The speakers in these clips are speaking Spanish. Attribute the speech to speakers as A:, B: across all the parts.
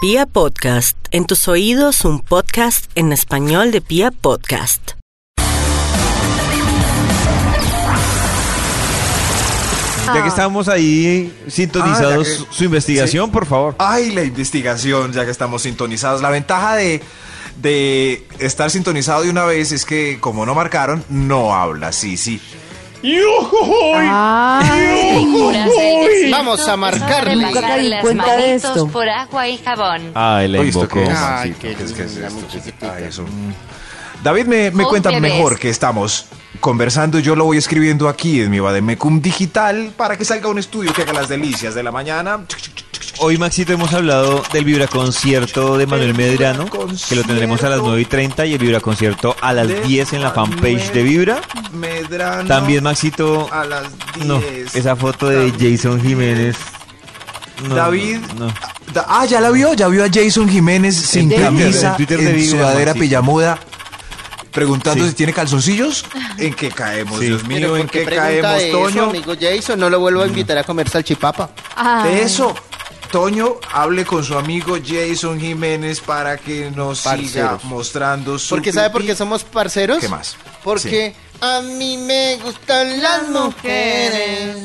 A: Pia Podcast, en tus oídos un podcast en español de Pia Podcast.
B: Ya que estamos ahí sintonizados,
C: Ah, ya que-
B: su investigación, por favor.
C: Ay, la investigación, ya que estamos sintonizados. La ventaja de, de estar sintonizado de una vez es que, como no marcaron, no habla. Sí, sí.
D: Vamos
E: pues,
D: a marcarle.
F: Nunca caí en
G: las
F: cuenta de
G: manitos
F: esto.
G: por agua y jabón.
B: Ay, Ah, la
C: Uy, ¿esto
B: invocó.
C: qué es?
D: Ay,
C: Maxito?
D: qué
C: ¿Qué es- qué es
D: linda,
C: esto?
D: muy chiquitita.
C: Ay, eso. David me, me
G: Oh,
C: cuenta
G: ¿qué
C: mejor
G: ves?
C: que estamos conversando. Yo lo voy escribiendo aquí en mi Bademecum digital para que salga un estudio que haga las delicias de la mañana.
B: Hoy, Maxito, hemos hablado del vibraconcierto de Manuel Medrano, que lo tendremos a las 9 y 30 y el vibraconcierto a las 10 en la fanpage de Vibra.
C: Medrano.
B: También, Maxito,
C: a las 10.
B: no, esa foto de Jason Jiménez. No,
C: David.
B: no, no.
C: Da- Ah, ya la vio, ya vio a Jason Jiménez sin
B: Twitter,
C: camisa,
B: en
C: en,
B: Twitter de Vibra,
C: sudadera
B: Maxi.
C: pijamuda, preguntando
B: Sí.
C: si tiene calzoncillos. ¿En qué caemos,
B: Sí.
C: Dios
D: Pero
C: mío? ¿En
D: ¿por qué
C: qué
D: pregunta
C: caemos,
D: eso,
C: Toño?
D: amigo Jason, no lo vuelvo a invitar a comer salchipapa.
F: Ay.
C: Eso. Toño, hable con su amigo Jason Jiménez para que nos siga
D: Parceros.
C: mostrando su.
D: Porque sabe por
C: pipí.
D: qué somos parceros.
C: ¿Qué más?
D: Porque a mí me gustan las mujeres.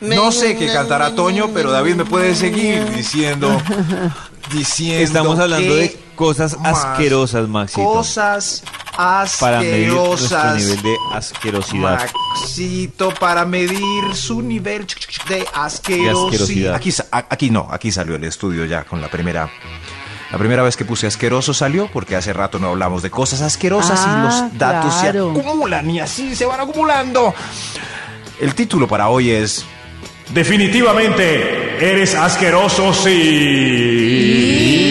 D: Me-
C: No sé qué cantará Toño, pero David me puede seguir diciendo. diciendo
B: Estamos hablando
C: qué
B: de cosas
C: más
B: asquerosas, Maxito.
C: Cosas asquerosas.
B: para medir nuestro nivel de asquerosidad.
C: Maxito para medir su nivel de asquerosidad.
B: De asquerosidad.
C: Aquí, sa- a- aquí no, aquí salió el estudio ya con la primera. La primera vez que puse asqueroso salió porque hace rato no hablamos de cosas asquerosas y
F: Ah,
C: los datos
F: claro.
C: se acumulan y así se van acumulando. El título para hoy es
H: Definitivamente eres asqueroso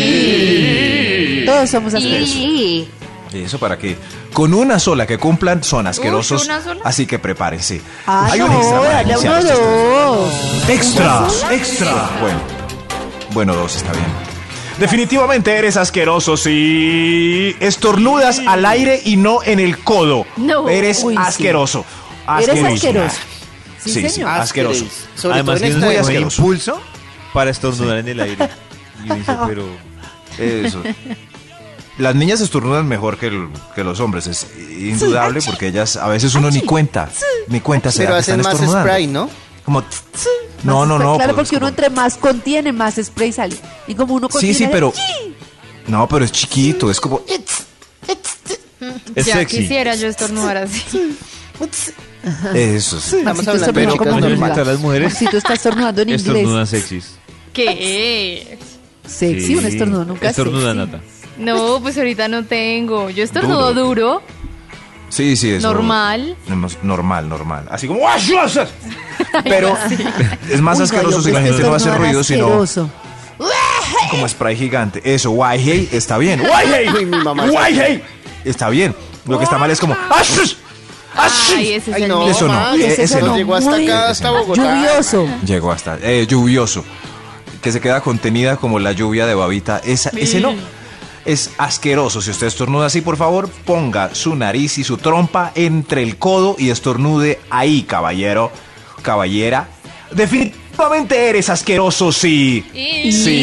H: sí.
F: Todos somos asquerosos.
G: Y
C: eso para que con una sola que cumplan son asquerosos.
G: ¿una sola?
C: Así que prepárense.
F: Ah,
C: Hay
F: no,
C: un extra para
F: haya
C: iniciar
F: uno
C: estos tres.
F: dos.
H: Extra, extra.
C: Bueno, bueno, dos está bien.
H: Definitivamente eres asqueroso sí.
C: Estornudas al aire y no en el codo.
G: No.
C: Eres
F: Uy, sí.
C: asqueroso.
F: Eres
C: Asqueroso.
F: asqueroso. Sí, Ah,
C: Sí, sí.
F: señor.
C: Asqueroso.
D: Sobre
B: Además,
D: todo en
B: tiene
D: esta
B: muy
D: época.
C: asqueroso.
B: impulso para estornudar en el aire. Y uno dice, pero.
C: Eso. Las niñas estornudan mejor que, el- que los hombres, es indudable, porque ellas a veces uno ni cuenta, ni cuenta se da
D: Pero
C: que
D: hacen
C: están
D: más
C: estornudando.
D: spray, ¿no?
C: Como tss, tss. No, no, no.
F: Claro,
C: pues,
F: porque uno entre más contiene, más spray sale. Y como uno
C: Sí,
F: contiene...
C: sí, pero. No, pero es chiquito, es como.
B: Es
G: ya
B: sexy.
G: quisiera yo estornudar así.
C: Eso sí.
D: Estamos hablando
F: Maxito
D: de
F: estornuda
D: chicas
F: como
B: Mayor
F: normal.
B: invitar a las mujeres
F: Maxito está estornudando en
B: estornudan
F: inglés.
B: sexys.
G: ¿Qué?
F: Sexy, un estornudo nunca
B: Estornuda
F: sexy.
B: nata.
G: No, pues ahorita no tengo. Yo estornudo duro.
C: Sí, sí, es
G: Normal.
C: normal. Normal, normal. Así como. "Ah, yo sé". Pero es más
F: Uy,
C: asqueroso
F: Mario,
C: si la
F: pues,
C: gente no va a hacer
F: estornudar
C: ruido, sino
F: asqueroso.
C: como spray gigante. Eso, guay, hey, está bien. Guay,
D: Uy,
C: hey,
D: mi mamá.
C: guay, hey, está bien. Lo que está mal es como. "Ah, shush, ah, shush".
G: Ay, ese es
D: Ay,
G: el
D: no,
G: mío.
C: Eso no,
D: Max,
C: eh, ese
D: nos
C: no.
D: Llegó hasta
F: Muy
D: acá, hasta Bogotá.
F: Lluvioso.
C: Llegó hasta. eh, lluvioso. Que se queda contenida como la lluvia de babita. Esa, Ese no. Es asqueroso. Si usted estornuda así, por favor, ponga su nariz y su trompa entre el codo y estornude ahí, caballero. Caballera. Definitivamente eres asqueroso, sí.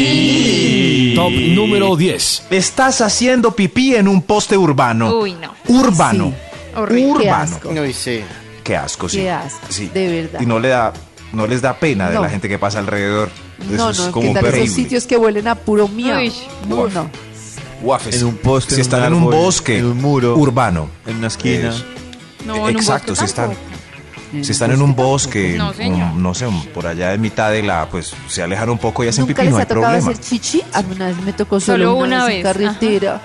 C: Sí.
H: Top número 10.
C: Estás haciendo pipí en un poste urbano.
G: Uy, no.
C: Urbano.
F: Sí.
G: Horrible.
F: Qué
C: Urbano.
F: asco.
D: Uy, sí.
C: Qué asco, sí.
F: Qué asco,
C: Sí.
F: de verdad.
C: Y no le da, no les da pena de
F: No.
C: la gente que pasa alrededor. Eso
F: No,
C: es
F: no,
C: como
F: ¿qué tal esos
C: terrible.
F: sitios que huelen a puro miau?
G: Uy.
F: No, no.
C: Guafes.
B: En un poste,
C: Si
B: en un
C: están en un
B: árbol,
C: bosque.
B: en un muro.
C: Urbano.
B: En una esquina.
C: Eso.
G: No,
C: Eh,
G: en un
C: Exacto, si
G: bosque
C: están.
G: tampoco.
C: Si están en un bosque,
G: No, señor.
C: un- no sé, un- por allá en mitad de la, pues se alejan un poco y hacen
F: ¿Nunca
C: pipí,
F: les
C: no hay
F: ha tocado
C: problema.
F: hacer chichi? A mí una vez me tocó solo,
G: Solo
F: una,
G: una
F: vez en
G: vez,
F: carretera.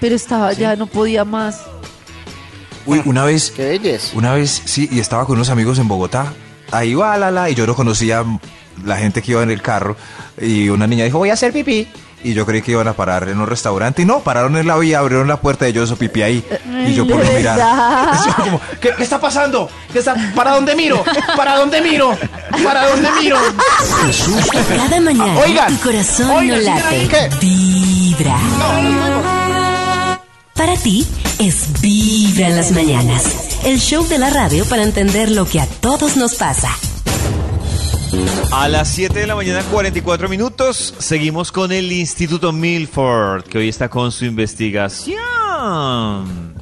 F: Pero estaba ya, no podía más.
C: Uy, una vez,
D: Qué belleza.
C: una vez, sí, y estaba con unos amigos en Bogotá, ahí va, la, la, y yo no conocía la gente que iba en el carro, y una niña dijo, voy a hacer pipí, y yo creí que iban a parar en un restaurante, y no, pararon en la vía, abrieron la puerta y yo hizo pipí ahí, y yo
F: ¿de
C: por no mirar,
F: verdad?
C: Yo como, ¿qué, qué está pasando? ¿Qué está- ¿Para dónde miro? ¿Para dónde miro? ¿Para dónde miro?
I: Cada mañana
C: Ah, oigan.
I: tu corazón no
C: Oigan, señora,
I: late,
C: ¿qué?
I: vibra. Para ti es Vibra en las mañanas, el show de la radio para entender lo que a todos nos pasa.
B: A las 7 de la mañana, 44 minutos, seguimos con el Instituto Milford, que hoy está con su investigación.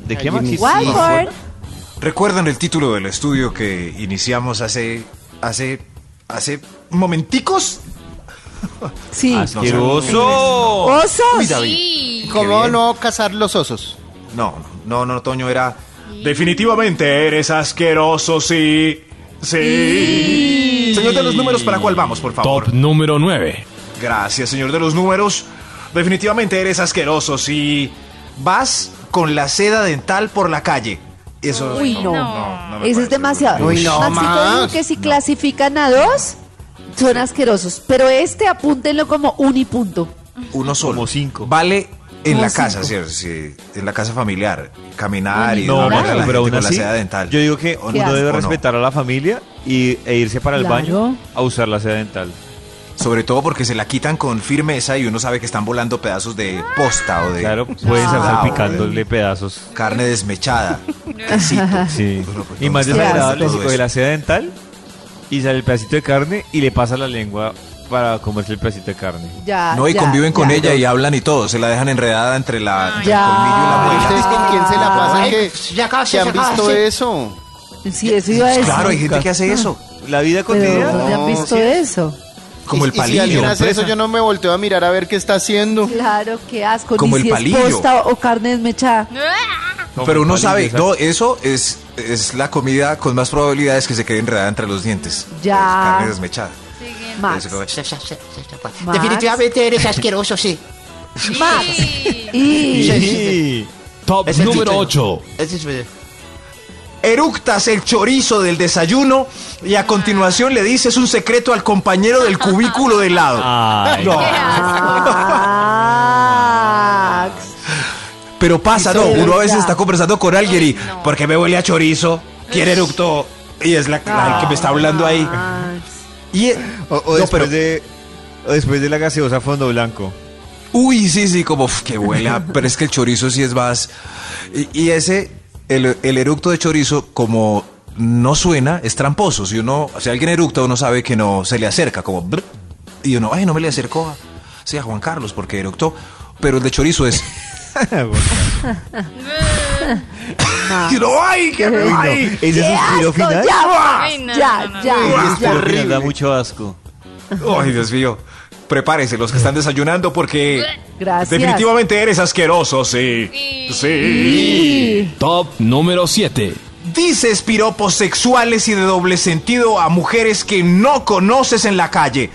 B: ¿De qué más?
F: Milford.
C: ¿Recuerdan el título del estudio que iniciamos hace. hace. hace momenticos?
F: Sí.
C: Ah,
B: ¡Asqueroso!
F: ¡Osos!
C: Uy, David.
G: Sí.
D: ¿Cómo
C: bien.
D: no cazar los osos?
C: No, no, no, Toño era.
H: Definitivamente eres asqueroso, sí. Sí.
C: Señor de los números, ¿para cuál vamos, por favor?
H: Top número 9.
C: Gracias, señor de los números. Definitivamente eres asqueroso si vas con la seda dental por la calle. Eso
F: Uy, no.
C: no me
F: Ese es
C: parece.
F: demasiado.
D: Uy, no,
F: Maxito
D: Max.
F: dijo que si clasifican a dos, son asquerosos. Pero este apúntenlo como unipunto.
C: Uno solo.
B: Como cinco.
C: Vale en
F: Como
C: la casa,
F: cinco.
C: ¿cierto? Sí, en la casa familiar. Caminar y
B: No,
C: hablar a
B: Maxito,
C: la
B: pero
C: gente
B: aún
C: con la
B: así,
C: seda dental.
B: yo digo que uno
F: asco,
B: debe
C: ¿no?
B: respetar a la familia y, e irse para el
F: Claro.
B: baño a usar la seda dental.
C: Sobre todo porque se la quitan con firmeza y uno sabe que están volando pedazos de posta o de
B: Claro, pueden estar
C: Ah,
B: salpicándole pedazos.
C: carne desmechada. Quesito.
B: Sí.
C: Uno, pues,
B: Y
C: ¿dónde
B: más
C: está
B: desagradable
C: todo
B: si coge
C: eso?
B: la seda dental y sale el pedacito de carne y le pasa la lengua para comerse el pedacito de carne.
F: Ya.
C: No, y
F: ya,
C: conviven con
F: ya.
C: ella y hablan y todo. Se la dejan enredada entre
D: Ah,
C: la entre el
F: Ya.
C: colmillo y la muela.
D: ¿Ustedes con quién se la pasan
F: Ay,
D: que,
J: ya casi,
D: que han
J: ya
D: visto
J: casi.
D: eso?
F: Sí, eso iba a decir.
C: Claro, hay gente que hace eso.
B: La vida
F: Pero
B: cotidiana.
F: ¿dónde han visto eso?
C: Como
D: Y-
C: el
D: y si
C: palillo.
D: alguien hace eso,
C: empresa.
D: yo no me volteo a mirar a ver qué está haciendo.
F: Claro, qué asco.
C: Como
F: Ni
C: el
F: si es
C: palillo.
F: posta o carne desmechada.
B: Como
C: Pero uno
B: el palillo,
C: sabe,
B: exacto.
C: no, eso es, es la comida con más probabilidades que se quede enredada entre los dientes.
F: Ya.
C: Es carne desmechada.
F: Max.
C: Eso es-
F: Max.
J: Definitivamente eres asqueroso, sí.
F: Max. Y...
B: Sí.
H: Top
J: Ese
H: número
J: chiste.
H: 8.
J: Ese es verdad.
C: Eructas el chorizo del desayuno y a continuación le dices un secreto al compañero del cubículo de lado.
B: Ay,
C: Ah. No.
F: Ah, Max.
C: Pero pasa,
F: Eso
C: ¿no?
F: es
C: Uno a veces
F: verdad.
C: está conversando con alguien y,
G: Ay, no.
C: ¿por qué me huele a chorizo? ¿Quién eructó? Y es la, la que me está hablando ahí.
G: Ah,
F: Max.
C: Y,
B: O, o
C: no,
B: después
C: pero-
B: de o después de la gaseosa fondo blanco.
C: Uy, sí, sí, como "Uf, que huele a- pero es que el chorizo sí es más. Y, y ese, el, el eructo de chorizo, como no suena, es tramposo. Si uno, si alguien eructa, uno sabe que no se le acerca, como "Brr", y uno, ay, no me le acercó a, sí, a Juan Carlos porque eructó. Pero el de chorizo es. y uno, ay, qué
B: Ah. Uy, no.
C: ay".
B: Ese suspiro
F: Asco,
B: final.
F: ya, Max.
G: Ay, no,
F: ya,
G: no, no.
F: ya.
B: Ese
F: ya.
B: suspiro final da mucho asco.
C: Ay, Dios mío. Prepárense los que están desayunando porque
F: Gracias.
H: Definitivamente eres asqueroso, sí. Sí. Top número 7.
C: dices piropos sexuales y de doble sentido a mujeres que no conoces en la calle.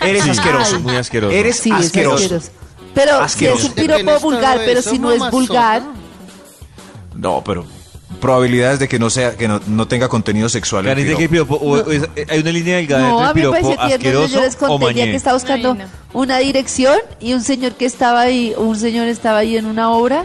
C: Eres
B: Sí,
C: asqueroso.
B: muy asqueroso.
C: Eres
F: Sí, es
C: asqueroso.
F: asqueroso. Pero
C: Asqueroso.
F: si es un piropo vulgar, pero si no es vulgar,
C: No, pero probabilidades de que no sea, que no, no tenga contenido sexual. el
B: Karen, ¿de qué
C: piropo.
B: piropo? O- o es- eh, hay una línea delgada
F: no, a mí
B: entre
F: me
B: el
F: parece
B: piropo
F: tierno. Yo- Yo les
B: asqueroso o
F: conté el día que
B: mañé.
F: estaba buscando
G: Ay, no.
F: una dirección y un señor que estaba ahí, un señor estaba ahí en una obra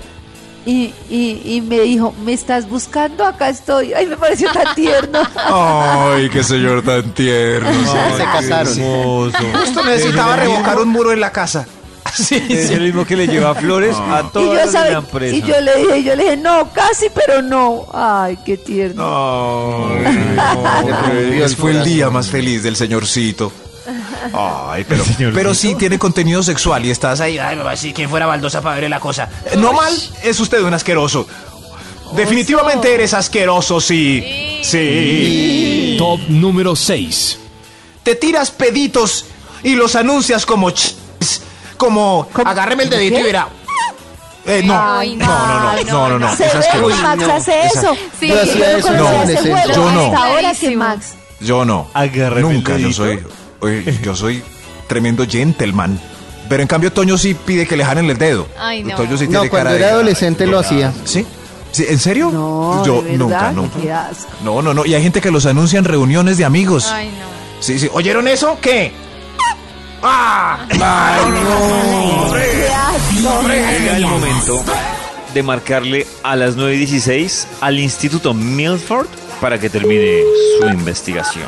F: y, y, y me dijo, ¿me estás buscando? Acá estoy. Ay, me pareció tan tierno.
C: Ay, qué señor tan tierno.
D: Ay, se casaron.
C: Justo necesitaba revocar un muro en la casa. Sí,
B: Es el mismo que le lleva flores a
F: y
B: todas
F: yo
B: las de la
F: sabe,
B: empresa.
F: y yo le dije, yo le dije, no, casi, pero no. Ay, qué tierno.
C: Dios, fue el día más feliz del señorcito. Ay, pero, pero sí tiene contenido sexual y estás ahí.
J: Ay, papá, sí, quien fuera baldosa para ver la cosa.
C: Eh, No mal, es usted un asqueroso. Definitivamente eres asqueroso, sí. Sí.
H: Top número 6.
C: Te tiras peditos y los anuncias como ch- como
J: Agárreme el dedito y verá.
C: eh, no.
G: Ay,
C: no, no, no,
G: ay,
C: no, no, no,
F: Se
C: es
F: ve
C: asqueroso.
F: que Max
D: no,
F: hace
C: esa-
F: eso. Porque
G: Sí, yo
F: yo no
D: hacía eso.
F: conocía ese
C: No,
F: juego
C: yo no.
F: hasta ahora que
G: Clarísimo.
F: Max.
C: Yo no.
B: Agárreme el
C: Nunca, yo
B: dedito.
C: soy oye, yo soy tremendo gentleman. Pero en cambio Toño sí pide que le jalen el dedo.
G: Ay, no.
C: Toño sí
D: No,
C: tiene
D: cuando
C: cara de-
D: era adolescente lo hacía.
C: ¿Sí? ¿Sí? ¿En serio?
F: No,
C: yo
F: de
C: nunca,
F: verdad,
C: nunca.
F: qué asco.
C: No, no, no. Y hay gente que los anuncia en reuniones de amigos.
G: Ay, no.
C: Sí, sí. ¿Oyeron eso? ¿Qué? ¡Ah! ¡Ay, no!
F: Qué asco.
B: Llega el momento de marcarle a las 9 y 16 al Instituto Milford para que termine su investigación.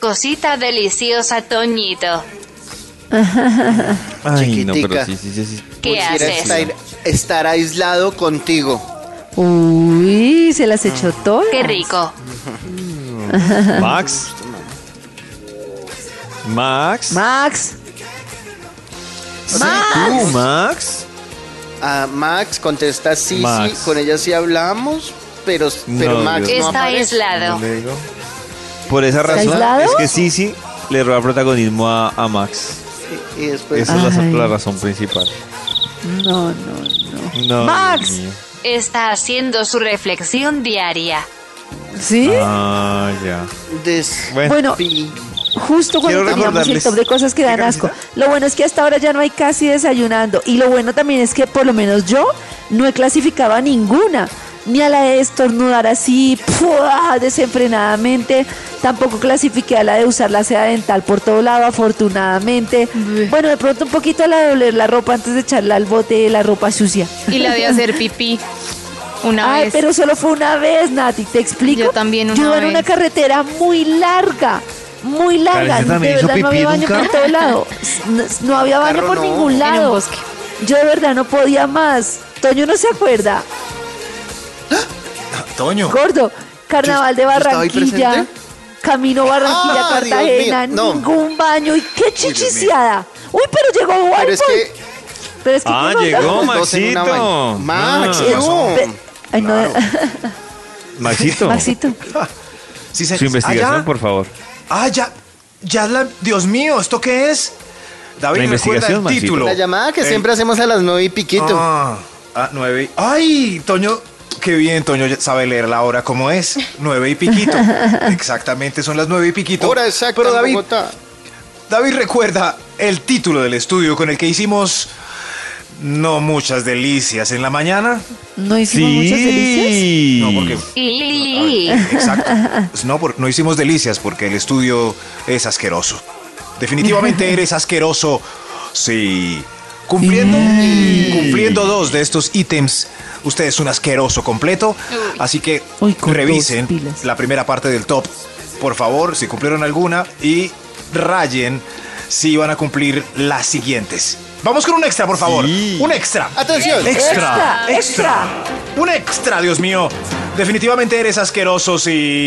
E: Cosita deliciosa, Toñito.
B: Ay, no, pero
D: Chiquitica.
B: sí, sí, sí, sí.
E: ¿Qué
D: Quisiera
E: haces?
D: estar, estar aislado contigo.
F: Uy, se las echó todas.
E: Qué rico.
B: Max. Max.
F: Max.
B: Sí, tú, Max.
D: A Max contesta sí,
B: Max.
D: sí, con ella sí hablamos, pero, pero
B: No,
D: Max
B: Dios.
D: Pues no
E: Está
D: aparece.
E: aislado.
B: Por esa razón
F: aislado?
B: es que Sisi le roba protagonismo a, a Max.
D: Y, y después
B: Esa es la,
F: Pues, Ay.
B: la razón principal.
F: No, no, no.
B: No,
F: Max.
B: Dios mío.
E: Está haciendo su reflexión diaria.
F: ¿Sí?
B: Ah, ya.
D: des-
B: Bueno,
F: Bueno, Oh
D: pi-
F: Justo cuando
B: Quiero
F: teníamos el
B: recordarles
F: top de cosas que dan asco. Lo bueno es que hasta ahora ya no hay casi desayunando. Y lo bueno también es que por lo menos yo no he clasificado a ninguna. Ni a la de estornudar así ¡pua! desenfrenadamente. Tampoco clasifiqué a la de usar la seda dental por todo lado, afortunadamente.
G: Buh.
F: Bueno, de pronto un poquito a la de oler la ropa antes de echarla al bote de la ropa sucia.
G: Y la de hacer pipí. Una
F: Ay,
G: vez.
F: pero solo fue una vez, Nati, te explico.
G: Yo también una
F: Yo iba en una
G: vez.
F: carretera muy larga, muy
B: Karencita
F: larga. De
B: también hizo
F: verdad no
B: pipí
F: había
B: en un
F: baño por
B: carro.
F: todo lado. No, no había baño
D: carro
F: por
D: no,
F: ningún
G: en un
F: lado.
G: bosque.
F: Yo de verdad no podía más. Toño no se acuerda.
C: Toño.
F: Gordo, carnaval de
D: Yo- yo estaba ahí
F: Barranquilla.
D: presente.
F: Camino Barranquilla,
D: Ah, Dios
F: Cartagena,
D: mío, no.
F: ningún baño. Y qué chichiciada. Uy, pero llegó Wi-Fi.
D: Pero es que
F: Pero es que
B: Ah,
F: ¿qué
C: Oh,
F: más?
B: llegó. No,
D: los dos en una
B: Maxito.
D: vaina. Max,
B: Ah.
D: no.
F: Pe- Ay, no.
B: Maxito,
F: Maxito.
C: Sí, se-
B: su investigación,
C: Ah, ya.
B: por favor.
C: Ah, ya. Ya la. Dios mío, ¿esto qué es?
B: La
C: David, recuerda
B: investigación,
C: el
B: Maxito.
C: título.
D: La llamada que
C: Eh,
D: siempre hacemos a las nueve y piquito.
C: Ah, ah, nueve. y- ¡Ay, Toño! Qué bien, Toño ya sabe leer la hora como es. Nueve y piquito. Exactamente, son las nueve y piquito.
D: Hora exacta
C: Pero
D: en
C: David,
D: Bogotá.
C: David recuerda el título del estudio con el que hicimos no muchas delicias en la mañana.
F: No hicimos muchas delicias.
C: No, porque
E: Y
C: Exacto. No, por- no hicimos delicias porque el estudio es asqueroso. Definitivamente eres asqueroso. Sí. Cumpliendo, cumpliendo dos de estos ítems, usted es un asqueroso completo. Así que
F: Uy, con dos
C: revisen
F: pilas.
C: la primera parte del top, por favor, si cumplieron alguna y rayen si van a cumplir las siguientes. Vamos con un extra, por favor.
B: Sí.
C: Un extra.
D: Atención.
C: Extra,
F: Extra,
C: extra. Un extra, Dios mío. Definitivamente eres asqueroso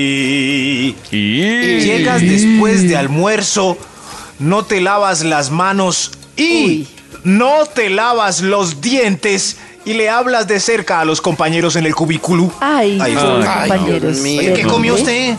C: si
B: Y...
C: llegas después de almuerzo, no te lavas las manos y no te lavas los dientes y le hablas de cerca a los compañeros en el cubículo.
F: Ay,
C: Ahí está.
F: pobre
C: Ay,
F: compañeros.
D: Dios mío.
C: Oye, ¿Qué
F: Perdón,
C: comió
F: ¿eh?
C: usted?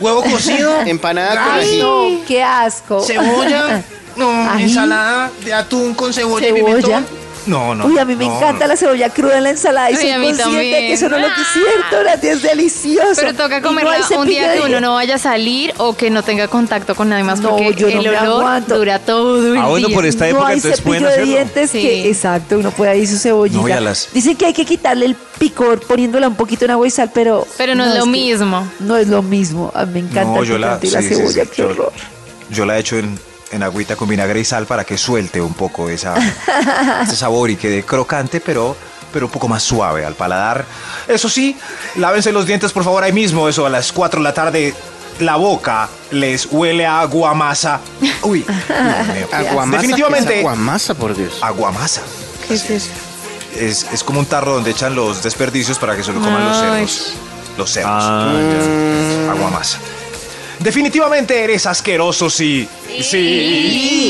C: ¿Huevo cocido?
D: Empanada con
F: Ay,
D: ají.
F: no, qué asco.
J: Cebolla. No,
F: Ají.
J: ensalada de atún con cebolla, y
F: Cebolla.
J: pimentón.
C: No, no.
F: Uy, a mí me
C: no,
F: encanta la cebolla cruda en la ensalada y
G: Ay,
F: soy
G: a mí
F: consciente de
G: también. Ah.
F: que eso no es lo que es cierto, Nati, es delicioso.
G: Pero toca
F: Y no
G: comerla
F: hay
G: un día que
F: cepillo de-
G: uno no vaya a salir o que no tenga contacto con nadie más
F: No,
G: porque
F: yo no
G: el
F: me
G: olor
F: aguanto.
G: dura todo el
B: Ah, bueno,
G: día.
B: por esta
F: no
B: época
F: hay
B: entonces pueden
F: cepillo de
B: hacerlo.
F: dientes
G: Sí.
F: que, exacto, uno puede ahí su cebollita.
C: No, y a las-
F: Dicen que hay que quitarle el picor poniéndola un poquito en agua y sal, pero...
G: Pero no es lo
F: que-
G: mismo.
F: No es lo mismo. A mí me encanta
C: No,
F: el
C: yo la,
F: picante y la
C: sí, sí, sí,
F: cebolla, qué
C: yo-
F: horror.
C: yo la echo en, en agüita con vinagre y sal para que suelte un poco esa, ese sabor y quede crocante, pero, pero un poco más suave al paladar. Eso sí, lávense los dientes por favor ahí mismo, eso a las 4 de la tarde. La boca les huele a aguamasa. Uy, Dios mío.
D: Aguamasa.
C: Definitivamente.
D: ¿qué es Aguamasa, por Dios.
C: aguamasa.
G: ¿Qué es eso?
C: Es, es como un tarro donde echan los desperdicios para que se lo coman los
G: Ay.
C: cerdos. Los cerdos.
B: Ah,
C: Aguamasa. Definitivamente eres asqueroso si...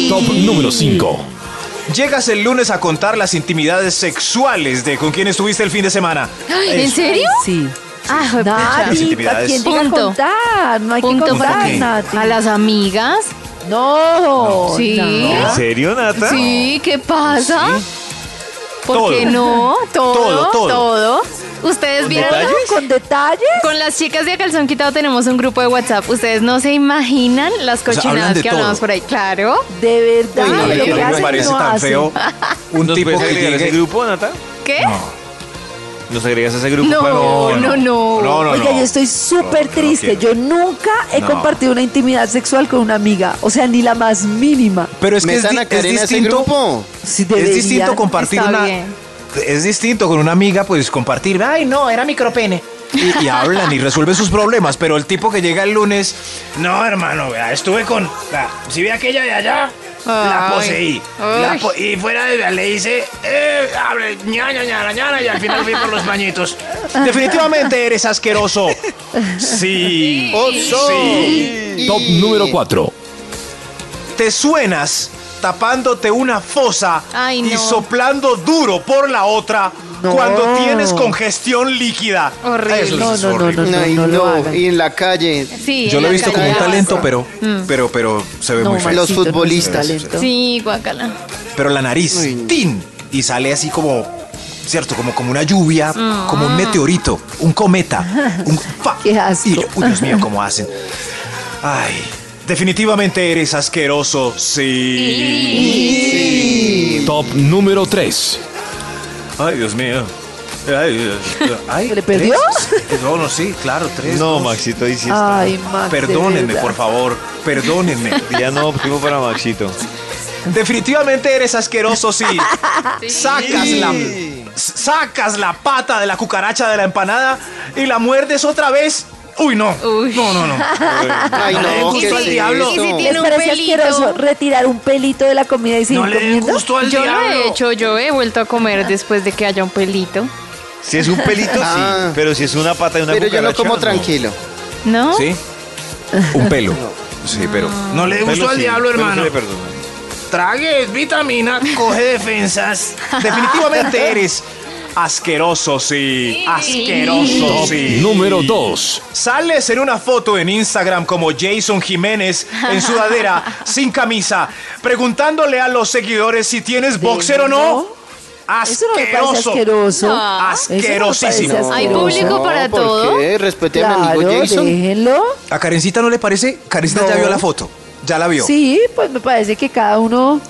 H: Top número 5.
C: Llegas el lunes a contar las intimidades sexuales de con quién estuviste el fin de semana.
G: Ay, ¿En
C: Eso.
G: serio?
F: Sí.
G: Ah, juepucha.
C: Las
F: Nati, ¿a
C: intimidades.
F: quién te va a
G: Punto.
F: contar? No hay
G: Punto
F: que
G: para
F: contar,
C: qué.
F: Nati.
G: ¿A las amigas?
F: No.
G: Sí.
F: no.
B: ¿En serio, Nata?
G: Sí, ¿qué pasa? ¿Por
C: Todo.
G: qué no? Todo,
C: Todo,
G: todo.
C: todo.
G: Ustedes vieron.
F: ¿Detalles? ¿Con detalles?
G: Con las chicas de Calzón Quitado tenemos un grupo de WhatsApp. Ustedes no se imaginan las
C: sea, hablan
G: cochinadas
C: de
G: que
C: todo.
G: hablamos por ahí. Claro.
F: De verdad.
C: Uy, no,
F: lo
C: me-
F: que
C: no me
F: hacen,
C: parece
F: no
C: tan
F: hacen.
C: feo un
B: ¿Nos
C: tipo
B: puedes
C: que
B: agregar a ese
C: llegue...
B: grupo, Nata?
G: ¿Qué?
B: ¿Nos agregas a ese grupo?
G: No,
B: para-
G: no, no.
C: No, no,
F: Oiga,
C: no.
F: yo estoy súper
C: no
F: triste.
C: quiero.
F: yo nunca he
C: No.
F: compartido una intimidad sexual con una amiga. O sea, ni la más mínima.
C: Pero es que es,
D: Metan
C: di-
D: a
C: es
D: Karen a ese
C: distinto...
D: grupo.
F: Si
C: Es
F: deberían,
C: distinto compartir
G: está
C: una...
G: bien.
C: Es distinto con una amiga, pues compartir... Ay, no, era micropene. Y, y hablan y resuelven sus problemas, pero el tipo que llega el lunes... No, hermano, vea, estuve con...
J: Si ve aquella de allá, La
G: Ay.
J: poseí. La po- y fuera de le hice. Eh, abre, ña, ña, ña, ña, ña, y al final fui por los bañitos.
C: Definitivamente eres asqueroso. Sí.
D: Oh,
C: Sí.
H: Top número 4.
C: Te suenas tapándote una fosa
G: Ay,
C: y
G: no.
C: soplando duro por la otra
F: No.
C: cuando tienes congestión líquida.
G: Horrible.
C: Eso
F: No,
C: es
F: no, no,
C: horrible.
F: no, no,
D: No, y
F: no lo
D: no,
F: hagan.
D: y en la calle.
G: Sí,
C: Yo
G: en
C: lo he
G: la Mm.
C: visto
G: calle
C: como un
G: da
C: talento,
G: asco.
C: pero, pero, pero se ve
F: No,
C: muy feo.
F: Maxito, no es un
D: futbolistas.
F: talento.
G: Sí, guacala.
C: Pero la nariz,
D: Uy.
C: tin, y sale así como, cierto, como, como una lluvia,
G: Mm.
C: como un meteorito, un cometa, un fa.
F: Qué asco.
C: y yo, uy, Dios mío, cómo hacen. Ay, definitivamente eres asqueroso, sí.
H: Top número 3.
C: Ay, Dios mío. Ay, Dios mío. Ay,
F: ¿Le perdió?
C: tres. No, no, sí, claro, tres.
B: No,
C: dos.
B: Maxito, ahí sí está.
F: Ay, Max. de
C: Perdónenme,
F: verdad.
C: por favor, perdónenme.
B: Día no óptimo para Maxito.
C: Definitivamente eres asqueroso, sí. Sacas la sacas la pata de la cucaracha de la empanada y la muerdes otra vez. Uy, no.
G: Uy.
C: No, no, no.
D: Ay,
C: No le den
D: no,
C: gusto
D: ¿qué
C: al
D: es
C: diablo.
D: esto?
G: Y si tiene-
F: ¿Les
G: un
F: parece
G: pelito.
F: asqueroso retirar un pelito de la comida y seguir
C: No le den
F: comiendo?
C: gusto al
G: Yo lo
C: diablo.
G: he hecho, yo he vuelto a comer después de que haya un pelito.
B: Si es un pelito,
D: Ah.
B: sí. Pero si es una pata de una
D: Pero yo no
B: cucaracha,
D: como tranquilo.
G: ¿No?
C: Sí. Un pelo. Sí, pero
J: No le
B: Pelo
J: gustó al
B: sí,
J: diablo,
B: pelo se
J: hermano.
B: le perdona.
J: Trague vitamina, coge defensas.
C: definitivamente eres asqueroso, sí. Asqueroso,
H: Top
C: sí.
H: número 2.
C: Sales en una foto en Instagram como Jason Jiménez en sudadera, sin camisa, preguntándole a los seguidores si tienes boxer o no.
F: Eso no me parece
C: Asqueroso.
F: asqueroso.
G: Ah.
C: Asquerosísimo.
F: Eso no me parece
G: Hay público
F: asqueroso.
G: para
D: ¿por
G: todo.
D: qué? Respete a mi
F: Claro,
D: amigo Jason.
F: déjenlo.
C: ¿A Karencita no le parece? Karencita ya
F: No.
C: vio la foto. Ya la vio.
F: Sí, pues me parece que cada uno...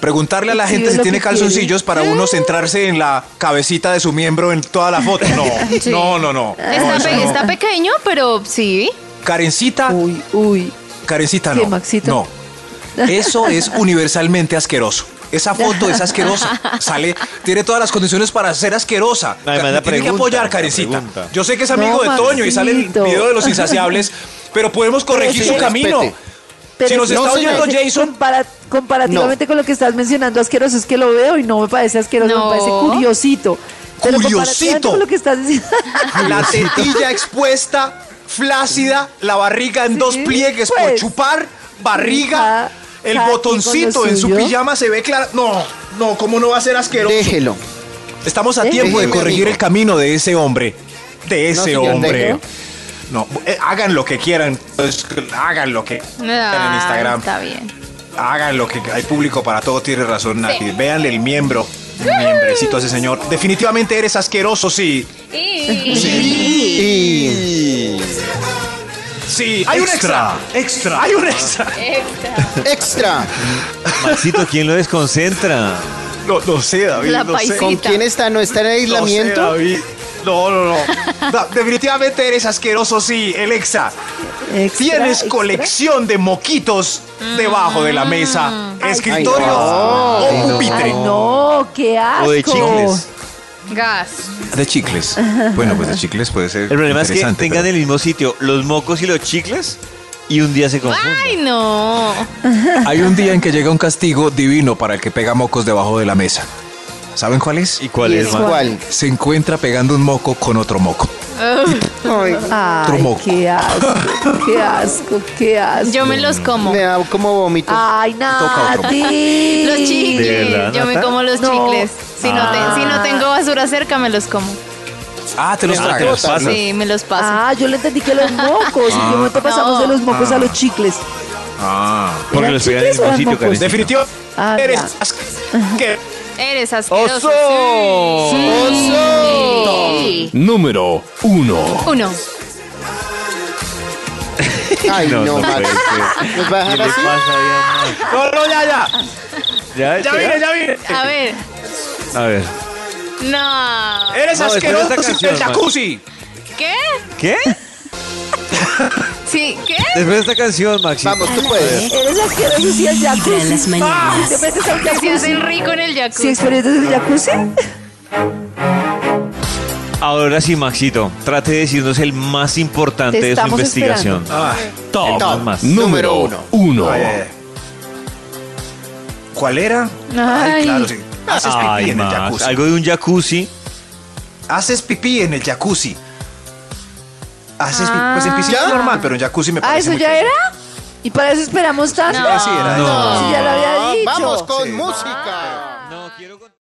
C: Preguntarle a la
F: Sí,
C: gente
F: es
C: si
F: lo
C: tiene
F: que ¡Ah!
C: calzoncillos para uno centrarse en la cabecita de su miembro en toda la foto. No,
G: Sí.
C: no, no, no. No,
G: Está,
C: eso
G: pe-
C: no.
G: está pequeño, pero sí.
C: Karencita,
F: Uy, uy.
C: Karencita
F: ¿Qué,
C: no.
F: Maxito?
C: No. Eso es universalmente asqueroso. Esa foto es asquerosa. Sale, tiene todas las condiciones para ser asquerosa.
B: Además,
C: Me
B: la
C: tiene que
B: pregunta,
C: apoyar,
B: la
C: Karencita.
B: pregunta.
C: Yo sé que es amigo
F: No,
C: de Toño y sale el
F: Maxito.
C: video de los insaciables, pero podemos corregir
D: sí,
C: su
D: respete.
C: camino. Si nos
F: sí
C: está
F: me
C: oyendo
F: parece-
C: Jason,
F: compara- comparativamente con lo que estás mencionando, asqueroso es que lo veo y no me parece asqueroso,
G: No.
F: me parece curiosito. Pero comparativamente
C: Curiosito.
F: con lo que estás diciendo.
C: la tetilla expuesta, flácida, la barriga en dos
F: Sí,
C: pliegues por
F: pues.
C: chupar, barriga,
F: Cada-
C: el
F: cada quien con lo
C: botoncito en su
F: suyo.
C: pijama se ve claro. No, no, ¿cómo no va a ser asqueroso?
D: Déjelo.
C: Estamos a
F: Déjeme,
C: tiempo de
D: amigo.
C: corregir el camino de ese hombre. De ese
D: señor,
C: hombre.
D: déjelo.
C: No, eh, hagan lo que quieran. pues, hagan lo que quieran
G: Ah,
C: en Instagram.
G: Está bien.
C: Hagan lo que hay público para todo, tiene razón, Nati. Véanle el miembro. Miembrecito a ese señor. Definitivamente eres asqueroso, sí.
D: Y
C: Sí, hay
H: Extra,
C: un extra. Extra. Hay un extra.
D: extra.
B: Maxito, ¿quién lo desconcentra?
C: No, no sé, David.
G: La
C: no sé.
G: paisita.
D: ¿Con quién está? ¿No está en
C: No,
D: aislamiento?
C: sé, David. no, no. no. Da- definitivamente eres asqueroso, sí, el exa.
F: Extra,
C: Tienes
F: extra.
C: colección de moquitos debajo de la mesa, escritorio
D: Ay, no.
C: o pupitre.
F: Ay, no, qué asco.
B: Oh, O de chicles.
G: Gas.
C: De chicles. Bueno, pues de chicles puede ser.
B: El problema es que tengan en el mismo sitio los mocos y los chicles y un día se
G: Ay,
B: confunden.
G: no.
C: Hay un día en que llega un castigo divino para el que pega mocos debajo de la mesa. ¿Saben cuál es?
B: ¿Y cuál
D: ¿Y
B: es,
D: es
B: man?
D: cuál?
C: Se encuentra pegando un moco con otro moco.
D: Ay,
F: Ay,
C: Trumoco.
F: qué asco, qué asco, qué asco.
G: Yo me los como.
D: me da como vómito.
F: Ay,
C: Toca otro.
F: Nati.
G: Los
B: ¿De
G: chicles.
B: verdad,
G: Yo me
B: Nata?
G: como los
F: No.
G: chicles. Si no, te-
F: Ah.
G: si no tengo basura cerca, me los como.
C: Ah, te los
B: Ah, te
C: tragas.
B: los pasas.
G: Sí, me los paso.
F: Ah, yo le entendí que los mocos. ¿En qué
B: Ah.
F: momento pasamos
G: No.
F: de los mocos a los chicles?
C: Ah.
B: Porque
F: ¿Eran
B: los pegan en el
F: chicles
B: mismo
F: o eran
B: sitio,
F: mocos?
B: Karencita.
C: Definitivo.
F: Ah, ya.
C: eres asque- que-
G: Eres asqueroso. sí.
E: Sí.
H: Número 1.
G: Uno.
D: Ay, no,
B: No, no
D: Max.
B: puede ser.
D: ¿Nos va a
B: ¿Qué
D: dejar
B: le
D: así?
B: pasa, Dios mío?
C: No, no, ya, ya.
B: ¿Ya?
C: Ya vine, ya vine.
G: A ver.
B: A ver.
G: No.
C: Eres
B: No, después de
C: asqueroso
B: esta
C: en
B: canción,
C: el
B: man.
C: jacuzzi.
G: ¿Qué?
B: ¿Qué?
G: Sí, ¿qué?
B: Después de esta canción, Maxito.
D: Vamos, Pues tú puedes.
F: Eres asqueroso si el
I: Vibra en las
F: jacuzzi. Si
I: mañanas.
F: te metes al
G: Que se hacen
F: jacuzzi.
G: rico en el
F: Si
G: jacuzzi.
F: experimentas el jacuzzi.
B: Ahora sí, Maxito, trate de decirnos el más importante
F: Te
B: de su
F: estamos
B: investigación.
C: Ah,
H: Top
B: Top.
H: número
D: Número uno.
H: 1.
C: eh, ¿Cuál era?
G: Ay.
C: claro, sí. Haces pipí
B: Ay,
C: en el
B: Max,
C: jacuzzi.
B: Algo de un jacuzzi.
C: Haces pipí en el jacuzzi. Haces pipí. Pues en
G: Ah.
C: piscina es normal, pero en jacuzzi me
F: ¿Ah,
C: parece.
F: eso
C: muy
F: ya
C: chévere.
F: era? ¿Y para eso esperamos tanto?
C: Ah, Sí, así era.
B: No.
F: Si ya lo había dicho.
D: Vamos con
C: Sí.
D: música.
B: No, quiero